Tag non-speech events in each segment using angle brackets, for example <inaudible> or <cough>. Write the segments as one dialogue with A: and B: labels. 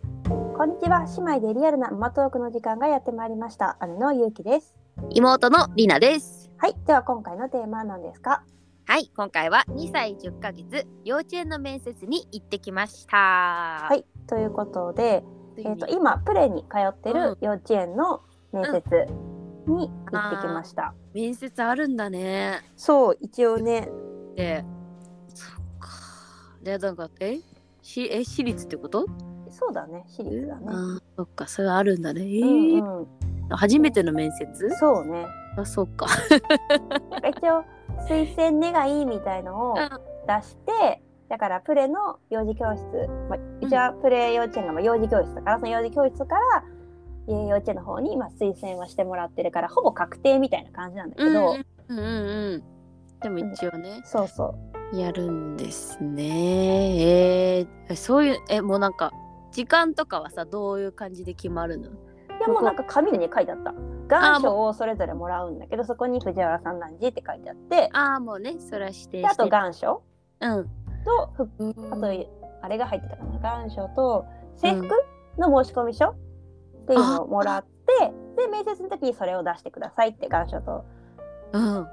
A: んにちは姉妹でリアルなママトークの時間がやってまいりました姉のゆうきです
B: 妹のりなです
A: はいでは今回のテーマは何ですか
B: はい今回は2歳10ヶ月幼稚園の面接に行ってきましたは
A: はいということで、え
B: え
A: ー、と今プレに通ってる幼稚園の面接に行ってきました、
B: 面接あるんだね
A: そう一応ね
B: でそっかでなんかえしえ私立ってこと、
A: そうだね私立だね、
B: あーそっかそれあるんだね、え
A: う
B: ー
A: んうん、
B: 初めての面接
A: そうね
B: あそっか
A: なんか一応推薦願いみたいのを
B: うん
A: 出してだからプレの幼児教室、まあ、うちはプレ幼稚園がまあ幼児教室だからその幼児教室からえー幼稚園の方に今推薦はしてもらってるからほぼ確定みたいな感じ <laughs> なんだけ
B: うん
A: ど、
B: うんうんでも一応ね、
A: そうそう
B: やるんですねえー、そういうえもうなんか時間とかはさどういう感じで決まるの
A: いやもうなんか紙でね書いてあった
B: あ
A: 願
B: ーもう
A: 書をそれぞれもらうんだけどそこに藤原さん何時って書いてあって
B: ああもうねそれは指定
A: であ
B: して
A: と願書
B: うん
A: とふあとあれが入ってたかな願書と制服の申込書っていうのをもらってで面接の時にそれを出してくださいって願書と
B: うん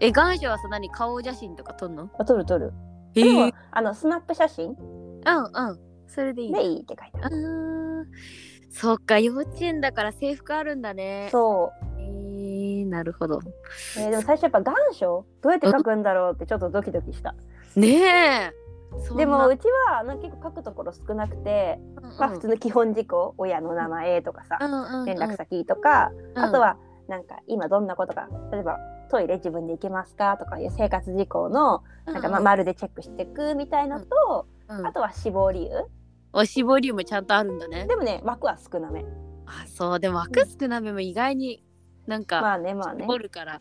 B: え願書はさ何顔写真とか撮んの
A: あ取る取る
B: え
A: でも
B: ー
A: あのスナップ写真
B: うんうんそれでいい
A: でいいって書いてあ
B: あ
A: る
B: ーそっか幼稚園だから制服あるんだね
A: そ
B: えー、なるほど
A: う、えーでも最初やっぱ願書どうやって書くんだろうってちょっとドキドキした
B: ねえそんな
A: でもうちはなんか結構書くところ少なくて
B: うんうん
A: まあ普通の基本事項親の名前とかさ
B: うんうんうん
A: 連絡先とか、
B: うん
A: あとはなんか今どんなことが例えばトイレ自分で行けますかとかいう生活事項のなんかま
B: うん
A: 丸でチェックしていくみたいなと、
B: うん
A: あとは死亡理由
B: おしぼりもちゃんとあるんだね
A: でもね枠は少なめ
B: あそうでも枠少なめも意外になんか、
A: まあねまあね、
B: 絞
A: <laughs>
B: るから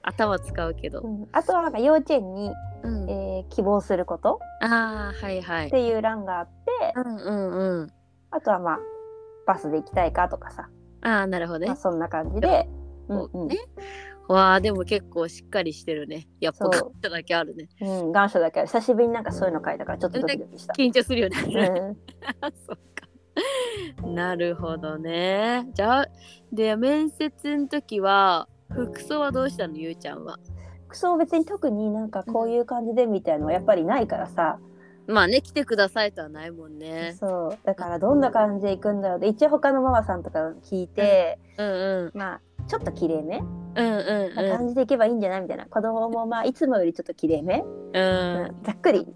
B: 頭使うけ
A: う
B: ど、
A: ん、あとはなんか幼稚園に、
B: うん
A: えー希望すること
B: ああはいは
A: っ
B: い
A: ていう欄があって
B: うんうんうん
A: あとはまあバスで行きたいかとかさ、
B: ああなるほどね
A: まあ、そんな感じで、う
B: そ
A: ん
B: う
A: うん
B: ねわあでも結構しっかりしてるねやっ
A: そ
B: ぱ
A: う
B: ガッとだけあるね
A: うん、願書だけは久しぶりになんかそういうの書いたからちょっとドキドキした。
B: 緊張するよね、
A: <laughs> うん、
B: <laughs> そっかなるほどねじゃあで面接の時は服装はどうしたのゆうちゃんは
A: 服装別に特になんかこういう感じでみたいのはやっぱりないからさ、
B: まあね来てくださいとはないもんね
A: そうだからどんな感じで行くんだろうで一応他のママさんとか聞いて、
B: うんうん
A: まあちょっと綺麗め
B: うんうん
A: な
B: う
A: 感じで行けばいいんじゃないみたいな子供もまあいつもよりちょっと綺麗め、
B: んう
A: うんんざっくり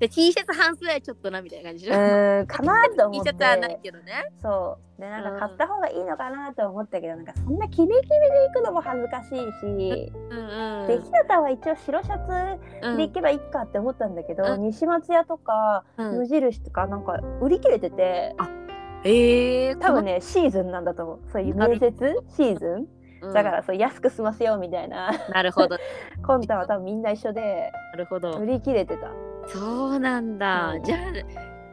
B: で T シャツ半袖はちょっとなみたいな感じ
A: う
B: でしょ
A: ーんかなと
B: T
A: 思っ
B: シ
A: て
B: ャツはないけどね
A: そうでなん
B: う
A: か
B: ん
A: 買った方がいいのかなと思ったけどなんかそんなキメキメで行くのも恥ずかしいし、
B: うんうん
A: でひなたは一応白シャツで行けばいいかって思ったんだけど、
B: う
A: 西松屋とか
B: うんう
A: 無
B: ん
A: 印とかなんか売り切れてて、
B: ええー、
A: 多分ねシーズンなんだと思うそういう面接シーズン
B: この、うん
A: だからそう安く済ませようみたいな
B: なるほど
A: コンタは多分みんな一緒で
B: なるほど
A: 売り切れてた
B: そうなんだ、
A: うん
B: じゃあ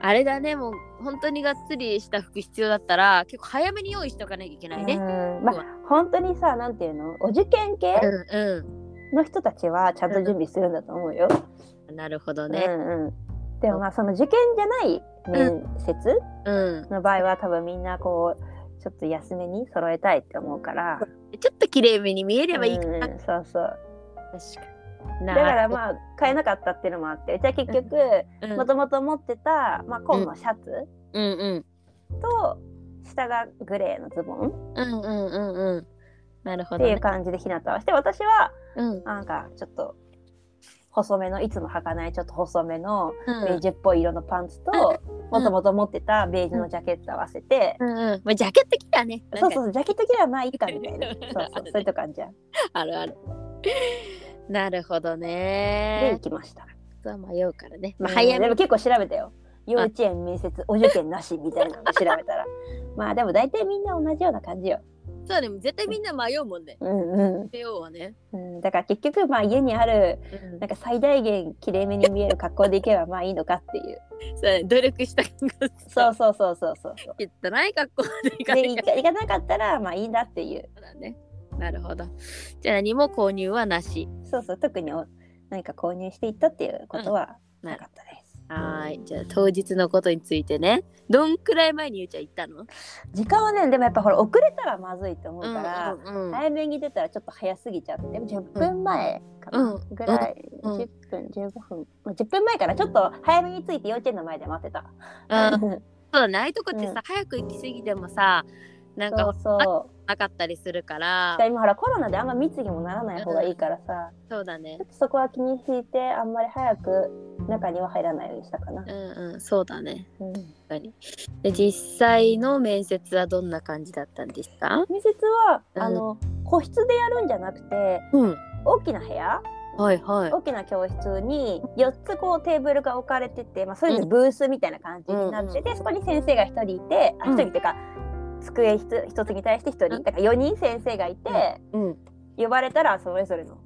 B: あれだねもう本当にがっつりした服必要だったら結構早めに用意しとかなきゃいけないね。
A: うんまあ本当にさなんていうのお受験系
B: うんう
A: の人たちはちゃんと準備するんだと思うよ。
B: ん、なるほど
A: うん
B: ね。
A: うん、でもまあその受験じゃない面接
B: うん、
A: の場合は多分みんなこうちょっと安めに揃えたいって思うから、
B: ちょっと綺麗めに見えればいいか
A: うん
B: な。
A: うんそうそう
B: 確かに。
A: だから
B: あ、
A: まあ買えなかったっていうのもあってうちは結局
B: うん
A: もともと持ってた、まあ、紺のシャツ
B: うんうん
A: と下がグレーのズボン
B: うんうんうんうん。なるほ
A: っ
B: ど、
A: てい
B: ね
A: う。感じでひなたはして私は
B: うんうん
A: なんかちょっと細めのいつも履かないちょっと細めのベー
B: う
A: ジュっぽい色のパンツと
B: うん
A: もともと持ってたベージュのジャケット合わせて、
B: んうん。まあジャケット着たね。な
A: そ
B: ん
A: う
B: か
A: そうジャケット着ればまあいいかみたいなそう
B: あ
A: そう
B: る
A: そういうとこあるじゃん。
B: あるある。なるほど
A: で行
B: ね。
A: きました。
B: そう迷うからね。まあ
A: う
B: 早
A: んで
B: め
A: も結構調べたよ。幼稚園面接お受験なしみたいなの調べたらまあでも大体みんな同じような感じよ。
B: そうでも絶対みんな迷うもんね。
A: うんう
B: 迷うはね。
A: ん、うん、だから結局まあ家にある
B: うん
A: なんか最大限きれいめに見える格好でいけばまあいいのかっていう。
B: そうね努力した感が
A: そうそうそうそうそうそう。
B: きっとない格好でいかな
A: で
B: い
A: 行
B: か
A: か行かなかったらまあいいんだっていう
B: らね。なるほど。じゃあ何も購入はなし。
A: そうそう特にお何か購入していったっていうことはなかったです、
B: はーい。じゃあ当日のことについてね。どんくらい前にゆうちゃん行ったの
A: 時間はねでもやっぱほら遅れたらまずいと思うから、
B: うんうんうん
A: 早めに出たらちょっと早すぎちゃって10分前か
B: う
A: なんぐらい、
B: うん
A: 10分15分、まあ、10分前からちょっと早めに着いて幼稚園の前で待ってた。
B: あ
A: <laughs> そう
B: そうだねああいうとこってさ、
A: うん
B: 早く行き過ぎてもさなんか
A: そう
B: なかったりするか
A: だ
B: ら
A: から今ほらコロナであんま密にもならない方がいいからさ、
B: そうだね
A: ちょっとそこは気に引いてあんまり早く中には入らないようにしたかな
B: う。んうんそうだね
A: うん
B: 確かにで実際の面接はどんな感じだったんですか
A: 面接は、
B: うん
A: あの個室でやるんじゃなくて
B: うん
A: 大きな部屋
B: はいはい
A: 大きな教室に4つこうテーブルが置かれてて、まあ、それぞれブースみたいな感じになってて、そこに先生が1人いてあ
B: うん
A: 1人っていうか、机 1, つに対して1人
B: うん
A: だから4人先生がいて、
B: うん
A: 呼ばれたらそれぞれの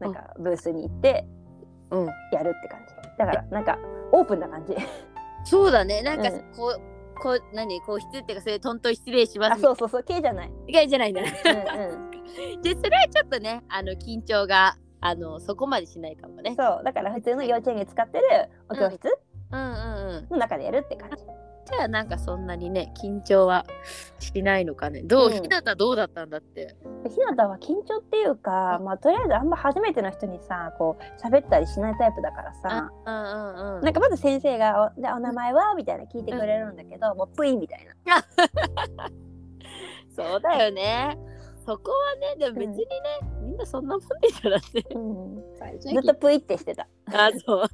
A: なんかブースに行って
B: うん
A: やるって感じだからなんかオープンな感じ
B: そうだねなんか、
A: うん
B: こうこう何こう失礼っていうかそれトントン失礼しま
A: あ
B: す
A: そうそうそう系じゃ
B: <laughs>
A: ない、
B: 意外じゃないんだね
A: うん
B: でそれはちょっとねあの緊張があのそこまでしないかも
A: う
B: ね
A: ん、そうだから普通の幼稚園に使ってるお教室
B: うんうんうん
A: の中でやるって感じ、
B: じゃあなんかそんなにね緊張はしないのかねどう、
A: うん
B: ひなたどうだったんだって
A: ひなたは緊張っていうか、まあ、とりあえずあんま初めての人にさこう喋ったりしないタイプだからさ、
B: うんうんうん
A: なんかまず先生が「おでお名前は?」みたいな聞いてくれるんだけど、もうプインみたいな。
B: <laughs> そうだよねそこはねでも別にね、みんなそんなもんでしょだって
A: ずっとプイってしてた。
B: あ <laughs> そう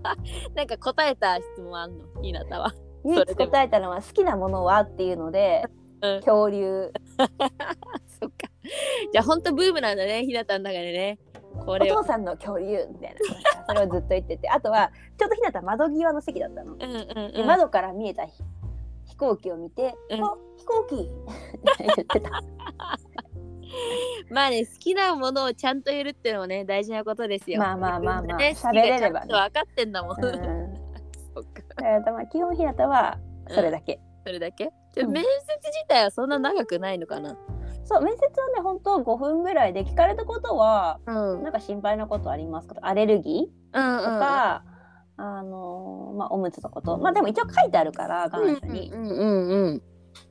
B: <laughs> なんか答えた質問あんのひなたは
A: 唯
B: それ
A: 一
B: でも
A: 答えたのは「好きなものは?」っていうので、
B: うん
A: 恐竜
B: <laughs> そっかじゃあほんとブームなんだねひなたの中でねこ
A: お
B: れを
A: 父さんの恐竜みたいなそれをずっと言っててあとはちょうどひなた窓際の席だったの。
B: うんうん
A: で
B: うん、
A: 窓から見えたひ飛行機を見て「
B: うん
A: あ飛行機!」って言ってた。
B: まあね好きなものをちゃんと言えるっていうのもね大事なことですよ
A: まあまあまあまあ
B: ね
A: 喋れればね
B: 好きがちゃんと分かってんだもん、
A: う
B: そ
A: ん
B: っか
A: だからまあ基本日向はそれだけ、
B: それだけじゃあ
A: うん
B: 面接自体はそんな長くないのかな
A: そう面接はね本当5分ぐらいで聞かれたことは
B: うんうん
A: なんか心配なことありますかとかアレルギーと
B: う
A: か、あのーまあおむつのことまあでも一応書いてあるから
B: ん
A: 彼女に、
B: うんうんうん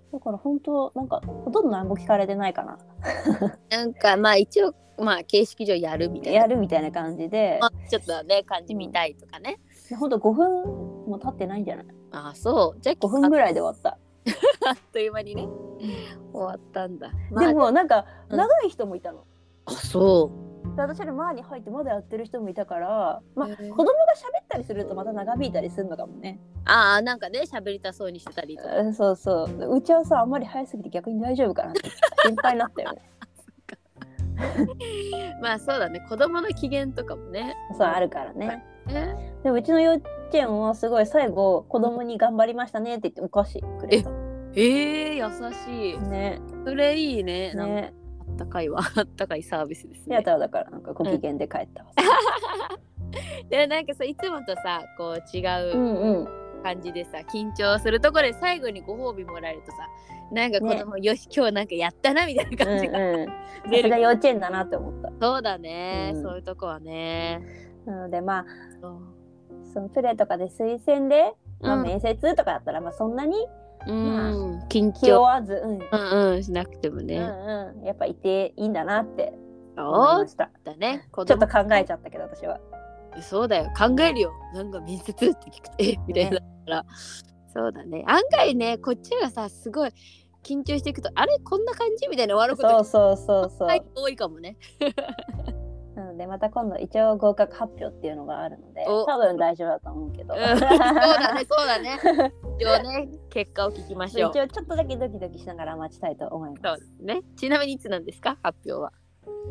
A: だから本当なんかほとんど何も聞かれてないかな
B: なんかまあ一応まあ形式上やるみたいな
A: やるみたいな感じで
B: まあちょっとね感じみたいとかね、
A: 本当5分も経ってないんじゃない
B: ああそうじゃあ
A: 5分ぐ
B: い
A: らいで終わった、
B: あっという間にね終わったんだ、
A: でもなんか
B: うん
A: 長い人もいたの、
B: あそ
A: で私の前に入ってまだやってる人もいたから
B: う、
A: まあ
B: へえ
A: 子供が喋ったりするとまた長引いたりするのかもね
B: ああなんかね喋りたそうにしてたりとか
A: うんそうそううちはさあんまり早すぎて逆に大丈夫かなって心配になったよ
B: <laughs>
A: ね
B: まあそうだね子供の機嫌とかもね
A: そうあるからね
B: ね
A: でもうちの幼稚園はすごい最後子供に頑張りましたねって言ってお菓子くれた
B: ええ優しい
A: ね
B: それいいねなんか
A: ね
B: あったかいわ <laughs> あったかいサービスです
A: ひ
B: ね
A: なたはだからなんかご機嫌で帰ったわ、
B: でなんかさいつもとさこう違
A: う、
B: うん
A: うん
B: 感じでさ、緊張するところで最後にご褒美もらえるとさなんか子供、よし今日なんかやったなみたいな
A: うん
B: 感じが
A: うんさ
B: 出
A: す <laughs>
B: る、
A: が幼稚園だなって思った
B: そうだね、
A: うん
B: そういうとこはね
A: なのでまあ
B: そう
A: そのプレーとかで推薦で、まあ、
B: うん
A: 面接とかだったら、まあ、そんなに
B: うん緊
A: 気負
B: 張
A: わず、うん
B: うんうんしなくても
A: う
B: ね、
A: んうん、やっぱいていいんだなって思
B: そ
A: いうました
B: だね子
A: ちょっ
B: 供
A: と考えちゃったけど私は
B: そうだよ考えるよなんか面接って聞くとえみたいなから、そうだね案外ねこっちがさすごい緊張していくとあれこんな感じみたいな終わるこ
A: そう
B: と
A: そうそうそう、
B: が多いかもね
A: なのでまた今度一応合格発表っていうのがあるので
B: お
A: 多分大丈夫だと思うけど、
B: うんそうだね、そうだね。一応ね、結果を聞きまし
A: 一
B: ょ
A: 応
B: う。
A: ちょっとだけドキドキしながら待ちたいと思い
B: そ
A: ま
B: う
A: す
B: ですね。ちなみにいつなんですか、発表は。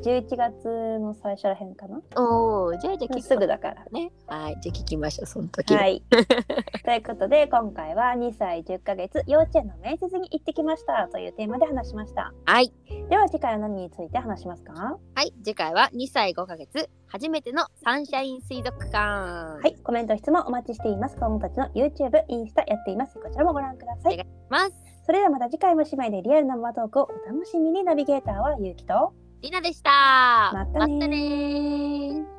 A: 11月の最初らへんかな
B: おお、じゃあ、じゃあ、
A: すぐだから
B: ね。はい、じゃあ、聞きましょう、その時。
A: はい <laughs> ということで今回は2歳10ヶ月幼稚園の面接に行ってきましたというテーマで話しました
B: はい、
A: では次回は何について話しますかは
B: はい次回は2歳5ヶ月、初めてのサンシャイン水族館。はい
A: コメント質問お待ちしています子供たちの YouTube インスタやっていますこちらもご覧ください
B: ます。
A: それではまた次回も姉妹でリアルなママトークをお楽しみにナビゲーターはゆうきと
B: りなでした。
A: またねー
B: またねー